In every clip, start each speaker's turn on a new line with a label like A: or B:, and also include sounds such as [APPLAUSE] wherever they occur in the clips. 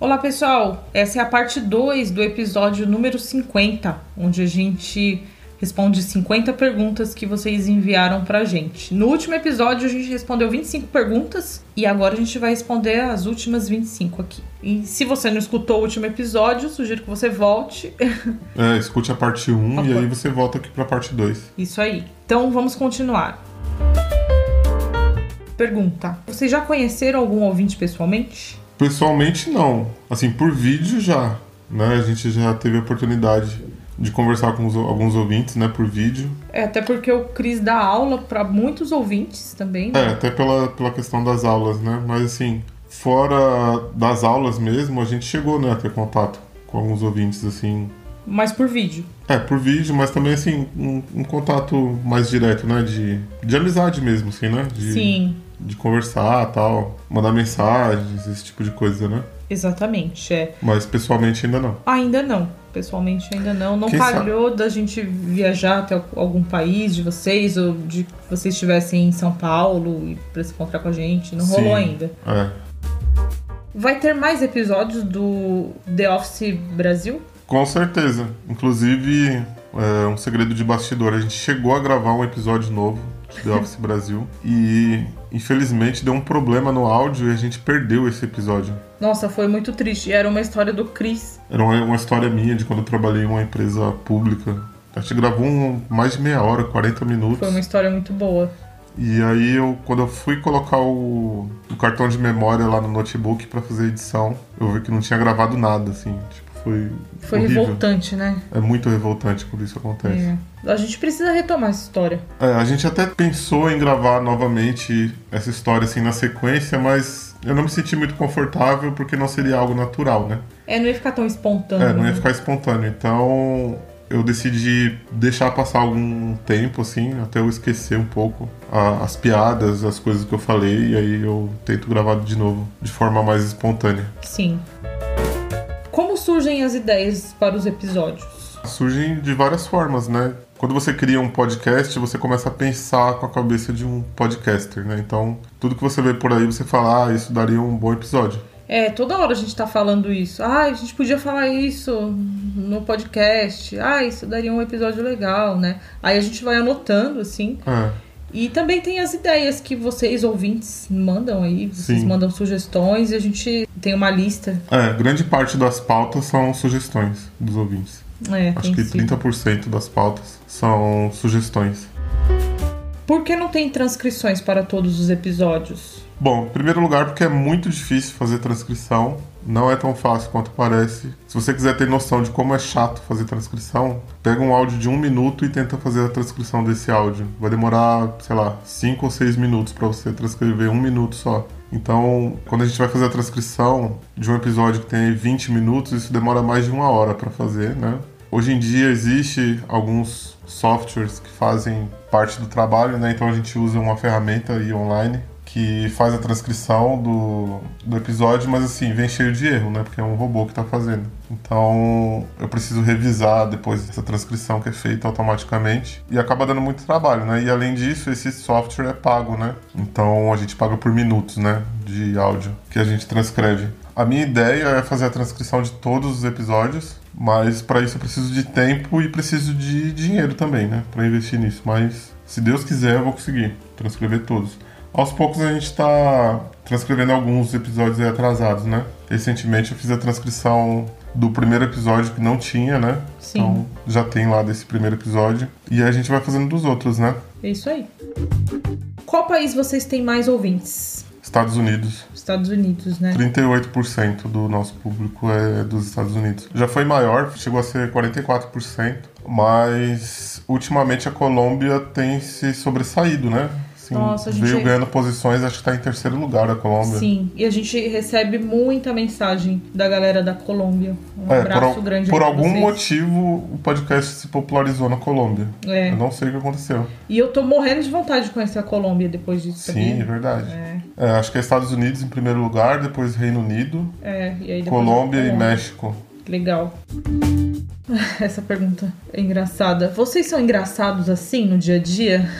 A: Olá pessoal, essa é a parte 2 do episódio número 50, onde a gente responde 50 perguntas que vocês enviaram pra gente. No último episódio a gente respondeu 25 perguntas e agora a gente vai responder as últimas 25 aqui. E se você não escutou o último episódio, sugiro que você volte. [LAUGHS]
B: É, escute a parte 1
A: Tá
B: e
A: bom.
B: aí você volta aqui pra parte 2.
A: Isso aí. Então vamos continuar. Pergunta: Vocês já conheceram algum ouvinte pessoalmente?
B: Pessoalmente, não. Assim, por vídeo já, né? A gente já teve a oportunidade de conversar com os- alguns ouvintes, né, por vídeo.
A: É, até porque o Cris dá aula pra muitos ouvintes também.
B: É,
A: né?
B: até pela, pela questão das aulas, né? Mas assim, fora das aulas mesmo, a gente chegou, né, a ter contato com alguns ouvintes, assim.
A: Mas por vídeo.
B: É, por vídeo, mas também, assim, um, um contato mais direto, né? De, de amizade mesmo, assim, né? De,
A: Sim,
B: De conversar tal, mandar mensagens, esse tipo de coisa, né?
A: exatamente. É.
B: Mas pessoalmente ainda não.
A: Ainda não. Pessoalmente ainda não. Não
B: Quem
A: calhou da gente viajar até algum país de vocês ou de que vocês estivessem em São Paulo e pra se encontrar com a gente. Não rolou
B: Sim.
A: ainda.
B: É.
A: Vai ter mais episódios do The Office Brasil?
B: Com certeza. Inclusive, é, um segredo de bastidor. A gente chegou a gravar um episódio novo de The Office Brasil. E infelizmente deu um problema no áudio e a gente perdeu esse episódio.
A: Nossa, foi muito triste. Era uma história do Chris.
B: Era uma, uma história minha de quando eu trabalhei em uma empresa pública. A gente gravou um, mais de meia hora, 40 minutos.
A: Foi uma história muito boa.
B: E aí eu, quando eu fui colocar o, o cartão de memória lá no notebook pra fazer a edição, eu vi que não tinha gravado nada, assim. Tipo, foi.
A: Foi
B: horrível.
A: revoltante, né?
B: É muito revoltante quando isso acontece.
A: É. A gente precisa retomar essa história.
B: É, a gente até pensou em gravar novamente essa história assim na sequência, mas eu não me senti muito confortável porque não seria algo natural, né?
A: É, não ia ficar tão espontâneo.
B: É, não ia
A: né?
B: ficar espontâneo. Então eu decidi deixar passar algum tempo, assim, até eu esquecer um pouco a- as piadas, as coisas que eu falei, e aí eu tento gravar de novo de forma mais espontânea.
A: Sim. Como surgem as ideias para os episódios?
B: Surgem de várias formas, né? Quando você cria um podcast, você começa a pensar com a cabeça de um podcaster, né? Então, tudo que você vê por aí, você fala, ah, isso daria um bom episódio.
A: É, toda hora a gente tá falando isso. Ah, a gente podia falar isso no podcast. Ah, isso daria um episódio legal, né? Aí a gente vai anotando, assim.
B: É,
A: E também tem as ideias que vocês, ouvintes, mandam aí. Vocês
B: Sim.
A: mandam sugestões e a gente tem uma lista.
B: é, grande parte das pautas são sugestões dos ouvintes.
A: É,
B: Acho
A: tem
B: que
A: sido.
B: 30% das pautas são sugestões.
A: Por que não tem transcrições para todos os episódios?
B: Bom, em primeiro lugar, porque é muito difícil fazer transcrição. Não é tão fácil quanto parece. Se você quiser ter noção de como é chato fazer transcrição, pega um áudio de um minuto e tenta fazer a transcrição desse áudio. Vai demorar, sei lá, cinco ou seis minutos para você transcrever um minuto só. Então, quando a gente vai fazer a transcrição de um episódio que tem 20 minutos, isso demora mais de uma hora para fazer, né? Hoje em dia existe alguns softwares que fazem parte do trabalho, né? Então a gente usa uma ferramenta aí online que faz a transcrição do, do episódio, mas assim, vem cheio de erro, né? Porque é um robô que tá fazendo. Então eu preciso revisar depois essa transcrição que é feita automaticamente. E acaba dando muito trabalho, né? E além disso, esse software é pago, né? Então a gente paga por minutos, né? De áudio que a gente transcreve. A minha ideia é fazer a transcrição de todos os episódios, mas para isso eu preciso de tempo e preciso de dinheiro também, né? Para investir nisso. Mas se Deus quiser, eu vou conseguir transcrever todos. Aos poucos a gente tá transcrevendo alguns episódios aí atrasados, né? Recentemente eu fiz a transcrição do primeiro episódio que não tinha, né?
A: Sim.
B: Então já tem lá desse primeiro episódio. E aí a gente vai fazendo dos outros, né?
A: É isso aí. Qual país vocês têm mais ouvintes?
B: Estados Unidos.
A: Estados Unidos, né?
B: 38% do nosso público é dos Estados Unidos. Já foi maior, chegou a ser 44%, mas ultimamente a Colômbia tem se sobressaído, né? Sim,
A: Nossa, a gente-
B: veio ganhando posições, acho que tá em terceiro lugar a Colômbia.
A: Sim, e a gente recebe muita mensagem da galera da Colômbia. Um
B: É, por,
A: abraço
B: al-
A: grande
B: por
A: pra
B: algum
A: vocês.
B: motivo o podcast se popularizou na Colômbia.
A: É.
B: Eu não sei o que aconteceu.
A: E eu tô morrendo de vontade de conhecer a Colômbia depois disso.
B: Sim, é
A: sabia?
B: verdade.
A: É,
B: É, acho que é Estados Unidos em primeiro lugar, depois Reino Unido,
A: é, e aí depois
B: Colômbia e
A: Colômbia.
B: México.
A: Legal. [LAUGHS] Essa pergunta é engraçada. Vocês são engraçados assim no dia a dia? [LAUGHS]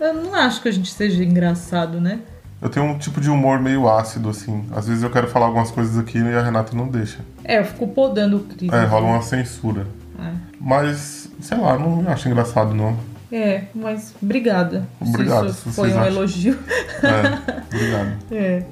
A: Eu não acho que a gente seja engraçado, né?
B: Eu tenho um tipo de humor meio ácido, assim. Às vezes eu quero falar algumas coisas aqui e a Renata não deixa.
A: É, eu fico podando o Cris. né?
B: É, rola uma censura.
A: É.
B: Mas, sei lá, não acho engraçado, não.
A: É, mas obrigada. Se
B: Obrigado,
A: Isso
B: se
A: foi
B: vocês
A: um
B: acham.
A: elogio. [LAUGHS]
B: É, obrigado.
A: É.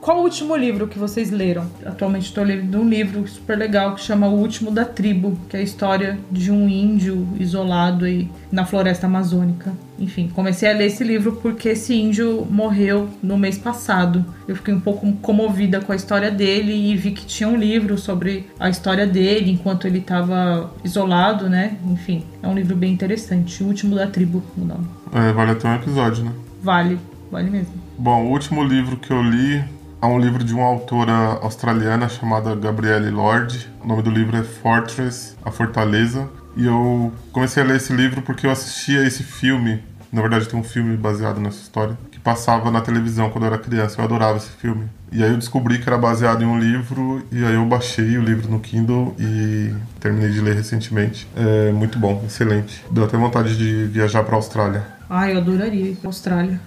A: Qual o último livro que vocês leram? Atualmente estou lendo um livro super legal que chama O Último da Tribo, que é a história de um índio isolado aí na floresta amazônica. Enfim, comecei a ler esse livro porque esse índio morreu no mês passado. Eu fiquei um pouco comovida com a história dele e vi que tinha um livro sobre a história dele enquanto ele estava isolado, né? Enfim, é um livro bem interessante. O Último da Tribo, o nome.
B: É, vale até um episódio, né?
A: Vale, vale mesmo.
B: Bom, o último livro que eu li é um livro de uma autora australiana chamada Gabrielle Lord. O nome do livro é Fortress, a Fortaleza. E eu comecei a ler esse livro porque eu assistia esse filme. Na verdade, tem um filme baseado nessa história que passava na televisão quando eu era criança. Eu adorava esse filme. E aí eu descobri que era baseado em um livro e aí eu baixei o livro no Kindle e terminei de ler recentemente. É muito bom, excelente. Deu até vontade de viajar para Austrália.
A: Ai, eu adoraria ir pra Austrália.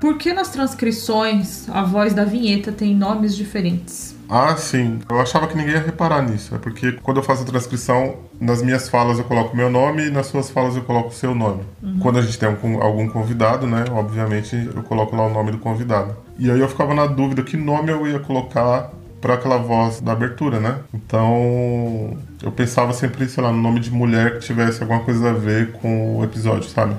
A: Por que nas transcrições a voz da vinheta tem nomes diferentes?
B: Ah, sim. Eu achava que ninguém ia reparar nisso. É porque quando eu faço a transcrição, nas minhas falas eu coloco meu nome e nas suas falas eu coloco o seu nome. Quando a gente tem um con- algum convidado, né? Obviamente eu coloco lá o nome do convidado. E aí eu ficava na dúvida que nome eu ia colocar para aquela voz da abertura, né? Então eu pensava sempre, sei lá, no nome de mulher que tivesse alguma coisa a ver com o episódio, sabe?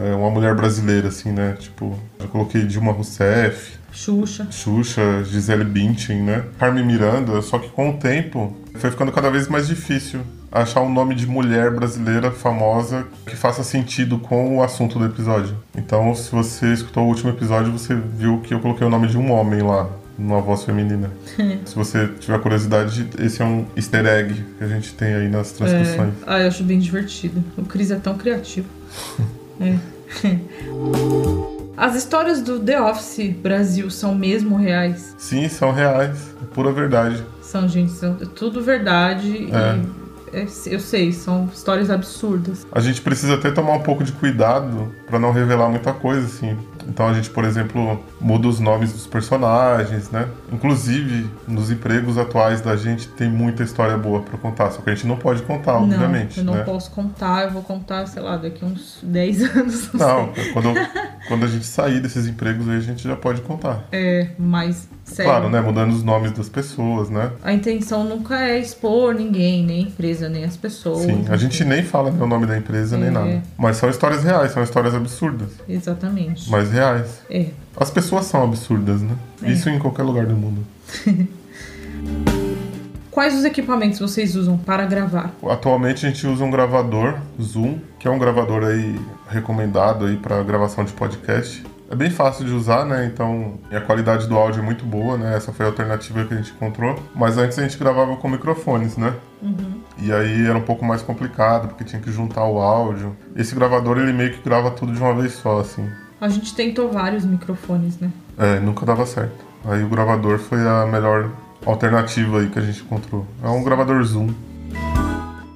B: É, uma mulher brasileira, assim, né? Tipo, eu coloquei Dilma Rousseff,
A: Xuxa.
B: Xuxa, Gisele Bündchen, né? Carmen Miranda, só que com o tempo foi ficando cada vez mais difícil achar um nome de mulher brasileira famosa que faça sentido com o assunto do episódio. Então, se você escutou o último episódio, você viu que eu coloquei o nome de um homem lá, numa voz feminina. se você tiver curiosidade, esse é um easter egg que a gente tem aí nas transcrições.
A: Ah, eu acho bem divertido. O Cris é tão
B: [LAUGHS]
A: criativo. É. As histórias do The Office Brasil são mesmo reais?
B: Sim, são reais, é pura verdade.
A: São, gente, são é tudo verdade. E é, eu sei, são histórias absurdas.
B: A gente precisa até tomar um pouco de cuidado pra não revelar muita coisa, assim. Então a gente, por exemplo, muda os nomes dos personagens, né? Inclusive, nos empregos atuais da gente tem muita história boa pra contar, só que a gente não pode contar, obviamente,
A: não, eu não
B: né?
A: posso contar, eu vou contar, sei lá, daqui uns 10 [LAUGHS] anos. sei.
B: Não, quando, quando a gente sair desses empregos aí, a gente já pode contar.
A: É, mas sério.
B: Claro, né? Mudando os nomes das pessoas, né?
A: A intenção nunca é expor ninguém, nem a empresa, nem as pessoas.
B: Sim, a gente nem fala né, o nome da empresa, nem
A: É.
B: nada. Mas são histórias reais, são histórias absurdas,
A: Exatamente.
B: mas reais.
A: É.
B: As pessoas são absurdas, né?
A: É.
B: Isso em qualquer lugar do mundo.
A: Quais os equipamentos vocês usam para gravar?
B: Atualmente a gente usa um gravador Zoom, que é um gravador aí recomendado aí para gravação de podcast. É bem fácil de usar, né? Então, e a qualidade do áudio é muito boa, né? Essa foi a alternativa que a gente encontrou. Mas antes a gente gravava com microfones, né? E aí era um pouco mais complicado, porque tinha que juntar o áudio. Esse gravador, ele meio que grava tudo de uma vez só, assim.
A: A gente tentou vários microfones, né?
B: É, nunca dava certo. Aí o gravador foi a melhor alternativa aí que a gente encontrou. É um gravador Zoom.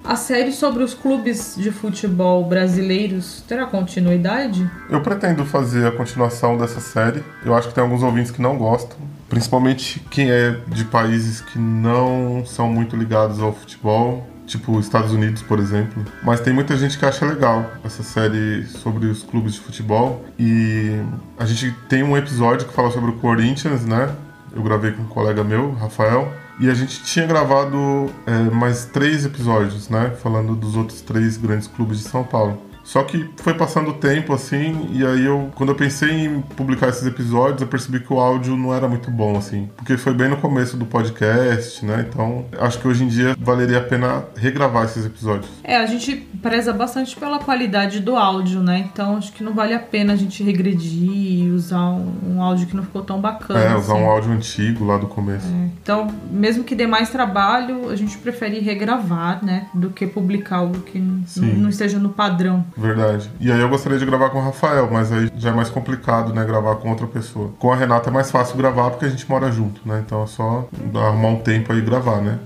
A: A série sobre os clubes de futebol brasileiros terá continuidade?
B: Eu pretendo fazer a continuação dessa série. Eu acho que tem alguns ouvintes que não gostam, principalmente quem é de países que não são muito ligados ao futebol, tipo Estados Unidos, por exemplo. Mas tem muita gente que acha legal essa série sobre os clubes de futebol e a gente tem um episódio que fala sobre o Corinthians, né? Eu gravei com um colega meu, Rafael, e a gente tinha gravado é, mais três episódios, né? Falando dos outros três grandes clubes de São Paulo. Só que foi passando o tempo assim, e aí eu, quando eu pensei em publicar esses episódios, eu percebi que o áudio não era muito bom assim, porque foi bem no começo do podcast, né? Então, acho que hoje em dia valeria a pena regravar esses episódios.
A: É, a gente preza bastante pela qualidade do áudio, né? Então, acho que não vale a pena a gente regredir e usar um, um áudio que não ficou tão bacana.
B: É, usar
A: assim.
B: um áudio antigo lá do começo.
A: Então, mesmo que dê mais trabalho, a gente prefere regravar, né? Do que publicar algo que n-
B: Sim.
A: não esteja no padrão.
B: Verdade. E aí eu gostaria de gravar com o Rafael, mas aí já é mais complicado, né? Gravar com outra pessoa. Com a Renata é mais fácil gravar porque a gente mora junto, né? Então é só arrumar um tempo aí e gravar, né?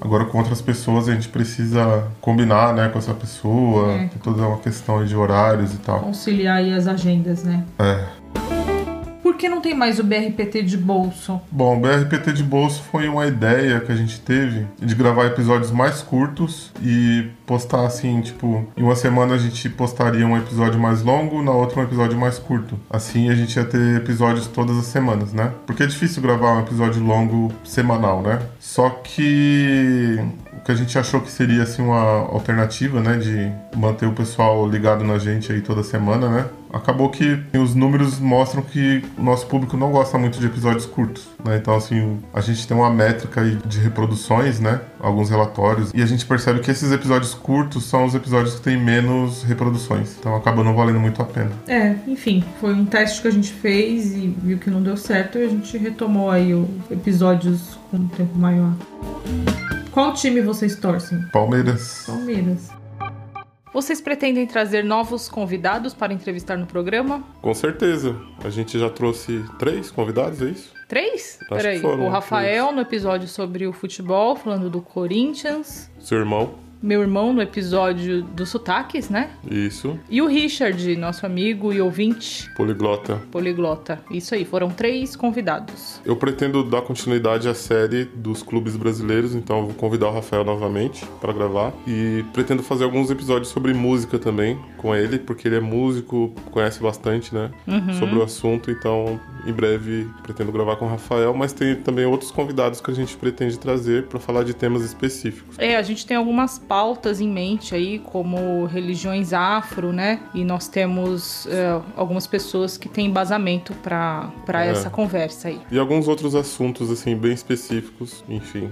B: Agora com outras pessoas a gente precisa combinar, né? Com essa pessoa.
A: É.
B: Tem toda uma questão aí de horários e tal.
A: Conciliar aí as agendas, né?
B: É.
A: Por que não tem mais o BRPT de bolso?
B: Bom, o BRPT de bolso foi uma ideia que a gente teve de gravar episódios mais curtos e postar assim, tipo, em uma semana a gente postaria um episódio mais longo, na outra um episódio mais curto. Assim a gente ia ter episódios todas as semanas, né? Porque é difícil gravar um episódio longo semanal, né? Só que o que a gente achou que seria assim uma alternativa, né, de manter o pessoal ligado na gente aí toda semana, né? Acabou que os números mostram que o nosso público não gosta muito de episódios curtos, né? Então, assim, a gente tem uma métrica aí de reproduções, né? Alguns relatórios. E a gente percebe que esses episódios curtos são os episódios que têm menos reproduções. Então, acaba não valendo muito a pena.
A: É, enfim, foi um teste que a gente fez e viu que não deu certo e a gente retomou aí o episódios com um tempo maior. Qual time vocês torcem?
B: Palmeiras.
A: Palmeiras. Vocês pretendem trazer novos convidados para entrevistar no programa?
B: Com certeza. A gente já trouxe três convidados, é isso?
A: Três?
B: que
A: Peraí.
B: foram
A: O Rafael no episódio sobre o futebol, falando do Corinthians.
B: Seu irmão.
A: Meu irmão no episódio dos sotaques, né?
B: Isso.
A: E o Richard, nosso amigo e ouvinte
B: Poliglota.
A: poliglota. Isso aí, foram três convidados.
B: Eu pretendo dar continuidade à série dos clubes brasileiros, então eu vou convidar o Rafael novamente para gravar. E pretendo fazer alguns episódios sobre música também com ele, porque ele é músico, conhece bastante, né?
A: Uhum.
B: Sobre o assunto, então em breve pretendo gravar com o Rafael, mas tem também outros convidados que a gente pretende trazer para falar de temas específicos.
A: É, a gente tem algumas pautas em mente aí, como religiões afro, né? E nós temos é, algumas pessoas que têm embasamento para
B: É.
A: essa conversa aí.
B: E alguns outros assuntos, assim, bem específicos, enfim.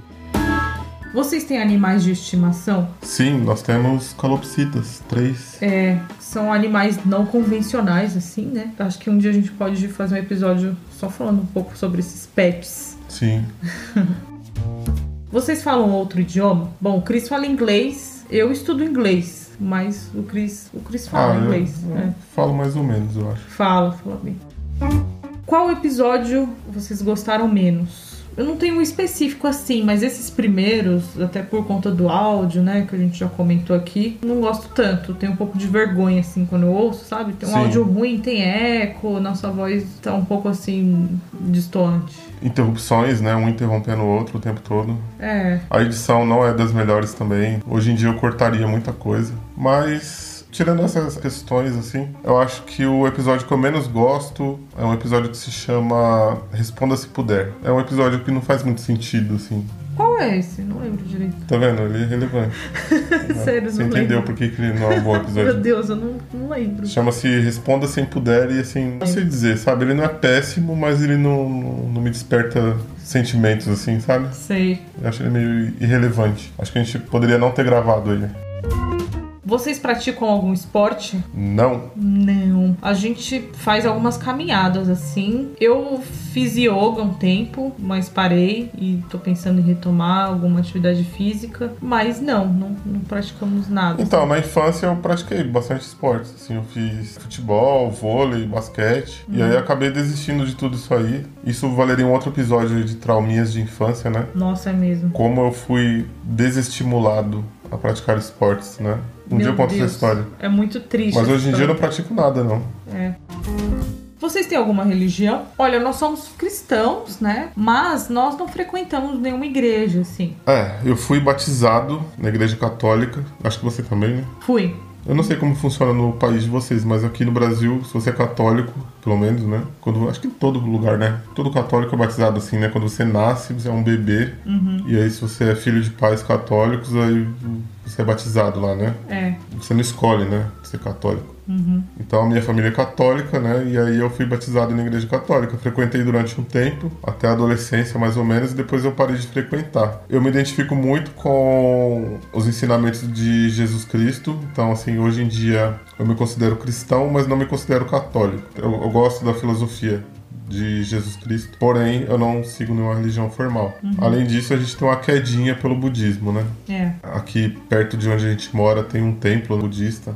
A: Vocês têm animais de estimação?
B: Sim, nós temos calopsitas, três.
A: É, são animais não convencionais, assim, né? Acho que um dia a gente pode fazer um episódio só falando um pouco sobre esses pets.
B: Sim.
A: Vocês falam outro idioma? Bom, o Cris fala inglês, eu estudo inglês, mas o Cris, o Chris
B: Ah,
A: fala inglês. né?
B: falo mais ou menos, eu acho.
A: Fala, fala bem. Qual episódio vocês gostaram menos? Eu não tenho um específico assim, mas esses primeiros, até por conta do áudio, né, que a gente já comentou aqui, não gosto tanto. Tenho um pouco de vergonha, assim, quando eu ouço, sabe? Tem um
B: Sim.
A: áudio ruim, tem eco, nossa voz tá um pouco assim, distante.
B: interrupções, né? Um interrompendo o outro o tempo todo.
A: É,
B: A edição não é das melhores também. Hoje em dia eu cortaria muita coisa. Mas, tirando essas questões, assim, eu acho que o episódio que eu menos gosto é um episódio que se chama Responda Se Puder. É um episódio que não faz muito sentido, assim.
A: qual é esse? Não lembro direito.
B: Tá vendo? Ele é relevante.
A: [LAUGHS] Sério,
B: É, Você
A: não
B: entendeu
A: lembro.
B: por que, que ele não é
A: [LAUGHS]
B: um bom
A: Meu
B: episódio?
A: Deus, eu não, não lembro.
B: Chama-se Responda Sem Puder e assim, não sei dizer, sabe? Ele não é péssimo, mas ele não, não, não me desperta sentimentos, assim, sabe?
A: Sei.
B: Eu acho ele meio irrelevante. Acho que a gente poderia não ter gravado ele.
A: Vocês praticam algum esporte?
B: Não.
A: Não. A gente faz algumas caminhadas assim. Eu fiz yoga um tempo, mas parei e tô pensando em retomar alguma atividade física. Mas não, não, não praticamos nada.
B: Então, na infância eu pratiquei bastante esportes. Assim, eu fiz futebol, vôlei, basquete. E
A: Uhum.
B: aí acabei desistindo de tudo isso aí. Isso valeria um outro episódio de trauminhas de infância, né?
A: Nossa, é mesmo.
B: Como eu fui desestimulado a praticar esportes, né? Um
A: Meu
B: dia eu conto
A: Deus.
B: essa história.
A: É muito triste.
B: Mas
A: essa
B: hoje em dia
A: história.
B: eu não pratico nada, não.
A: Vocês têm alguma religião? Olha, nós somos cristãos, né? Mas nós não frequentamos nenhuma igreja, assim.
B: É, eu fui batizado na igreja católica. Acho que você também, né?
A: Fui.
B: Eu não sei como funciona no país de vocês, mas aqui no Brasil, se você é católico, pelo menos, né? Quando, acho que em todo lugar, né? Todo católico é batizado assim, né? Quando você nasce, você é um bebê. E aí, se você é filho de pais católicos, aí você é batizado lá, né?
A: É.
B: Você não escolhe, né? Ser católico. Então, a minha família é católica, né? E aí eu fui batizado na igreja católica. Frequentei durante um tempo, até a adolescência mais ou menos, e depois eu parei de frequentar. Eu me identifico muito com os ensinamentos de Jesus Cristo. Então, assim, hoje em dia eu me considero cristão, mas não me considero católico. Eu, eu gosto da filosofia de Jesus Cristo, porém eu não sigo nenhuma religião formal. Além disso, a gente tem uma quedinha pelo budismo, né?
A: É.
B: Aqui perto de onde a gente mora tem um templo budista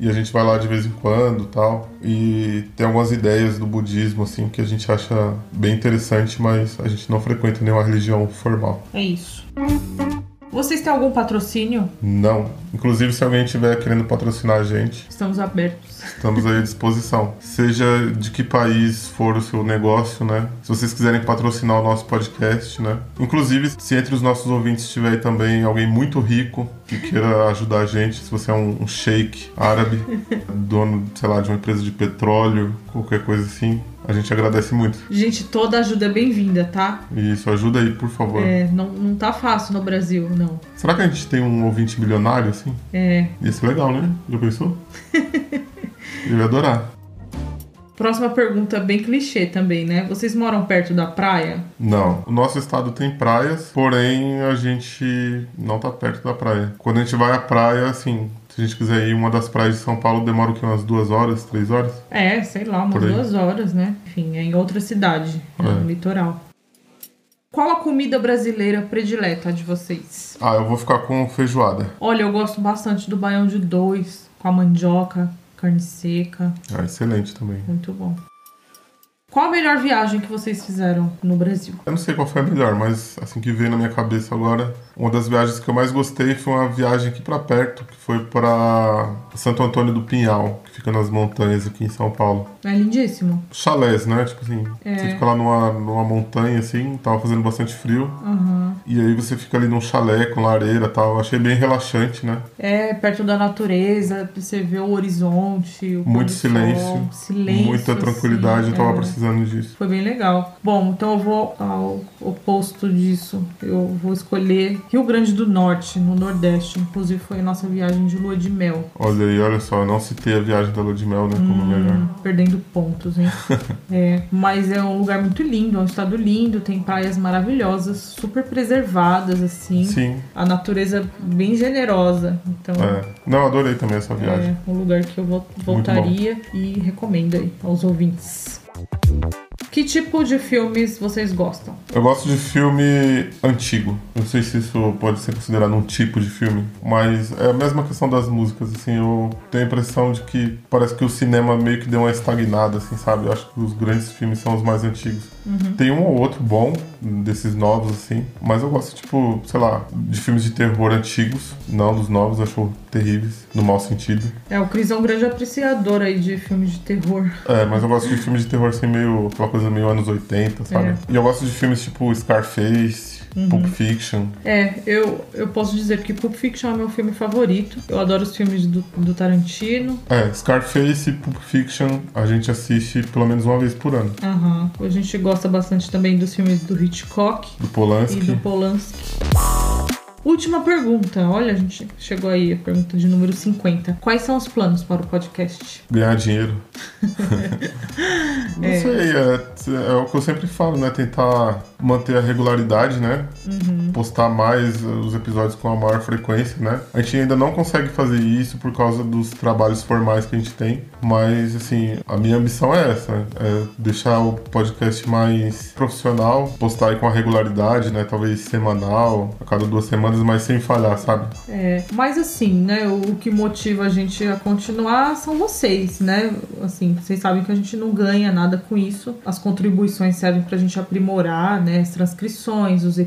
B: e a gente vai lá de vez em quando, tal. E tem algumas ideias do budismo assim que a gente acha bem interessante, mas a gente não frequenta nenhuma religião formal.
A: É isso. Vocês têm algum patrocínio?
B: Não. Inclusive se alguém estiver querendo patrocinar a gente,
A: Estamos abertos.
B: estamos aí à disposição. Seja de que país for o seu negócio, né? Se vocês quiserem patrocinar o nosso podcast, né? Inclusive, se entre os nossos ouvintes tiver aí também alguém muito rico que queira ajudar a gente, se você é um, um sheik árabe, dono, sei lá, de uma empresa de petróleo, qualquer coisa assim, a gente agradece muito.
A: Gente, toda ajuda é bem-vinda, tá?
B: E isso ajuda aí, por favor.
A: É, não, não tá fácil no Brasil, não.
B: Será que a gente tem um ouvinte bilionário assim?
A: É.
B: Ia ser legal, né? Já pensou? Ele ia adorar.
A: Próxima pergunta, bem clichê também, né? Vocês moram perto da praia?
B: Não. O nosso estado tem praias, porém a gente não tá perto da praia. Quando a gente vai à praia, assim, se a gente quiser ir uma das praias de São Paulo, demora o quê? Umas duas horas, três horas?
A: É, sei lá, umas
B: Por aí.
A: duas horas, né? Enfim, é em outra cidade, é no
B: É.
A: litoral. Qual a comida brasileira predileta de vocês?
B: Ah, eu vou ficar com feijoada.
A: Olha, eu gosto bastante do baião de dois, com a mandioca, carne seca,
B: Ah, excelente também.
A: muito bom. Qual a melhor viagem que vocês fizeram no Brasil?
B: Eu não sei qual foi a melhor, mas assim que veio na minha cabeça agora, uma das viagens que eu mais gostei foi uma viagem aqui pra perto, que foi pra Santo Antônio do Pinhal, que fica nas montanhas aqui em São Paulo.
A: É lindíssimo.
B: chalés, né? Tipo assim,
A: É.
B: você fica lá numa, numa montanha, assim, tava fazendo bastante frio.
A: Aham.
B: E aí você fica ali num chalé com lareira e tal. Achei bem relaxante, né?
A: É perto da natureza, você vê o horizonte, o pôr
B: Muito
A: do sol,
B: silêncio,
A: silêncio,
B: Muita tranquilidade,
A: assim,
B: eu tava
A: é.
B: precisando disso.
A: Foi bem legal. Bom, então eu vou ao oposto disso. Eu vou escolher Rio Grande do Norte, no Nordeste. Inclusive foi a nossa viagem de lua de mel.
B: Olha aí, olha só, eu não citei a viagem da Lua de Mel, né?
A: Hum.
B: Como melhor.
A: Perdendo pontos,
B: [LAUGHS]
A: hein? É, mas é um lugar muito lindo, é um estado lindo, tem praias maravilhosas, super preservadas, assim.
B: Sim,
A: A natureza bem generosa. Então,
B: é. Não, adorei também essa viagem.
A: É um lugar que eu vol- voltaria e recomendo aí aos ouvintes. Que tipo de filmes vocês gostam?
B: Eu gosto de filme antigo. Não sei se isso pode ser considerado um tipo de filme, mas é a mesma questão das músicas, assim, eu tenho a impressão de que parece que o cinema meio que deu uma estagnada, assim, sabe? Eu acho que os grandes filmes são os mais antigos. Tem um ou outro bom desses novos, assim, mas eu gosto, tipo, sei lá, de filmes de terror antigos, não dos novos, acho terríveis, no mau sentido.
A: É, o Cris é um grande apreciador aí de filmes de terror.
B: É, mas eu gosto de filmes de terror assim, meio. aquela coisa meio anos 80, sabe?
A: É.
B: E eu gosto de filmes tipo Scarface, Pulp Fiction.
A: É, eu, eu posso dizer que Pulp Fiction é meu filme favorito. Eu adoro os filmes do, do Tarantino.
B: É, Scarface e Pulp Fiction a gente assiste pelo menos uma vez por ano.
A: Aham. A gente gosta bastante também dos filmes do Hitchcock
B: Do
A: e
B: Polanski.
A: do Polanski. Última pergunta. Olha, a gente chegou aí a pergunta de número 50. Quais são os planos para o podcast? [LAUGHS]
B: Ganhar dinheiro. Não
A: É.
B: sei, é, é o que eu sempre falo, né? Tentar manter a regularidade, né?
A: Uhum.
B: Postar mais os episódios com a maior frequência, né? A gente ainda não consegue fazer isso por causa dos trabalhos formais que a gente tem, mas assim, a minha ambição é essa, é deixar o podcast mais profissional, postar aí com a regularidade, né? Talvez semanal, a cada duas semanas, mas sem falhar, sabe?
A: É, mas assim, né, o, o que motiva a gente a continuar são vocês, né? Assim, vocês sabem que a gente não ganha nada com isso. As contribuições servem pra gente aprimorar, né, as transcrições, os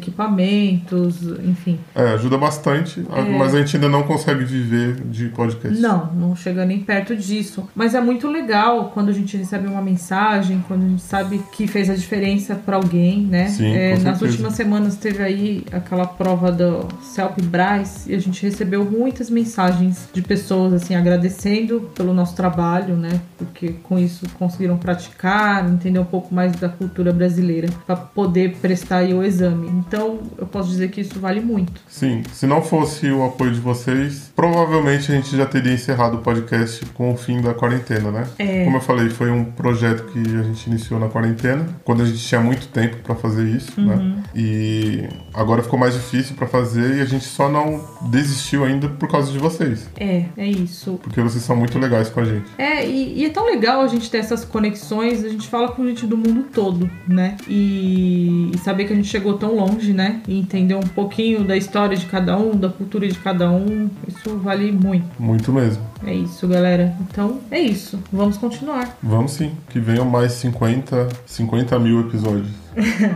A: equipamentos, enfim.
B: É, ajuda bastante, a- mas a gente ainda não consegue viver de podcast.
A: É. Não, não chega nem perto disso. Mas é muito legal quando a gente recebe uma mensagem, quando a gente sabe que fez a diferença pra alguém, né?
B: Sim,
A: É,
B: com
A: nas
B: certeza.
A: últimas semanas teve aí aquela prova do Celp Braz, e a gente recebeu muitas mensagens de pessoas assim agradecendo pelo nosso trabalho, né? Porque com isso conseguiram praticar, entender um pouco mais da cultura brasileira para poder prestar aí o exame. Então, eu posso dizer que isso vale muito.
B: Sim, se não fosse o apoio de vocês, provavelmente a gente já teria encerrado o podcast com o fim da quarentena, né?
A: É.
B: Como eu falei, foi um projeto que a gente iniciou na quarentena, quando a gente tinha muito tempo para fazer isso, né? E agora ficou mais difícil para fazer e a gente só não desistiu ainda por causa de vocês,
A: É, é isso.
B: porque vocês são muito legais com a gente.
A: É, e, e é tão legal a gente ter essas conexões, a gente fala com gente do mundo todo, né? E, e saber que a gente chegou tão longe, né? E entender um pouquinho da história de cada um, da cultura de cada um, isso vale muito.
B: Muito mesmo.
A: É isso, galera. Então, é isso. Vamos continuar.
B: Vamos sim, que venham mais 50, 50 mil episódios.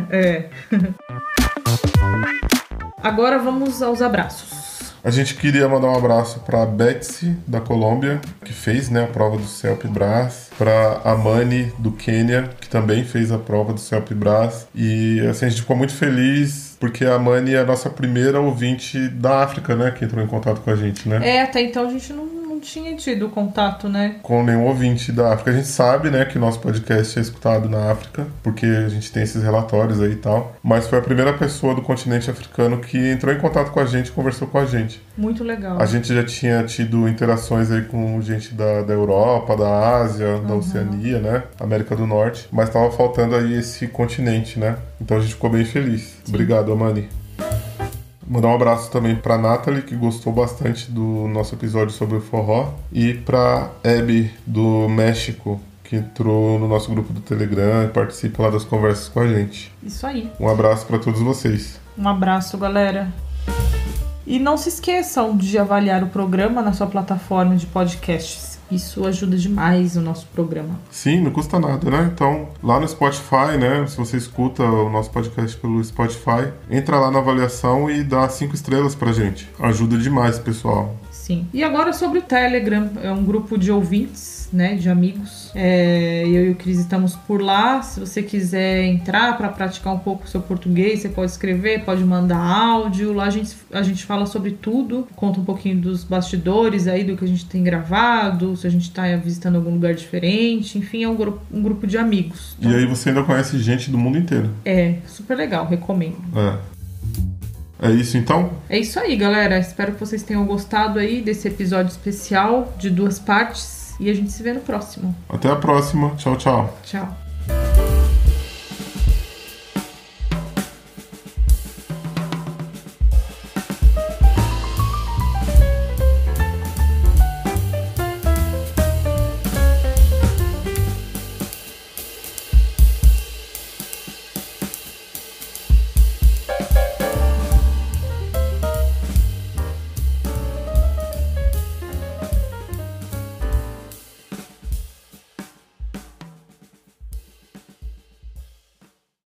A: É. [LAUGHS] Agora vamos aos abraços.
B: A gente queria mandar um abraço para Betsy da Colômbia, que fez né, a prova do CELP Brás, para Amani do Quênia, que também fez a prova do CELP Brás. E assim, a gente ficou muito feliz porque a Amani é a nossa primeira ouvinte da África, né, que entrou em contato com a gente, né?
A: É, até então a gente não, não tinha tido contato, né?
B: com nenhum ouvinte da África. A gente sabe, né, que o nosso podcast é escutado na África, porque a gente tem esses relatórios aí e tal. Mas foi a primeira pessoa do continente africano que entrou em contato com a gente, conversou com a gente.
A: Muito legal.
B: A gente já tinha tido interações aí com gente da, da Europa, da Ásia, da Oceania, né, América do Norte. Mas tava faltando aí esse continente, né? Então a gente ficou bem feliz. Obrigado, Amani. Mandar um abraço também pra Nathalie, que gostou bastante do nosso episódio sobre o forró. E pra Abby, do México, que entrou no nosso grupo do Telegram e participa lá das conversas com a gente.
A: Isso aí.
B: Um abraço pra todos vocês.
A: Um abraço, galera. E não se esqueçam de avaliar o programa na sua plataforma de podcasts. Isso ajuda demais o nosso programa.
B: Sim, não custa nada, né? Então, lá no Spotify, né? Se você escuta o nosso podcast pelo Spotify, entra lá na avaliação e dá cinco estrelas pra gente. Ajuda demais, pessoal.
A: Sim. E agora sobre o Telegram, é um grupo de ouvintes, né, de amigos. É, eu e o Cris estamos por lá. Se você quiser entrar para praticar um pouco o seu português, você pode escrever, pode mandar áudio. Lá a gente, a gente fala sobre tudo, conta um pouquinho dos bastidores aí, do que a gente tem gravado, se a gente tá visitando algum lugar diferente. Enfim, é um, gru um grupo de amigos.
B: E aí você ainda conhece gente do mundo inteiro.
A: É, super legal, recomendo.
B: É. É isso então?
A: É isso aí, galera. Espero que vocês tenham gostado aí desse episódio especial de duas partes. E a gente se vê no próximo.
B: Até a próxima. Tchau, tchau.
A: Tchau.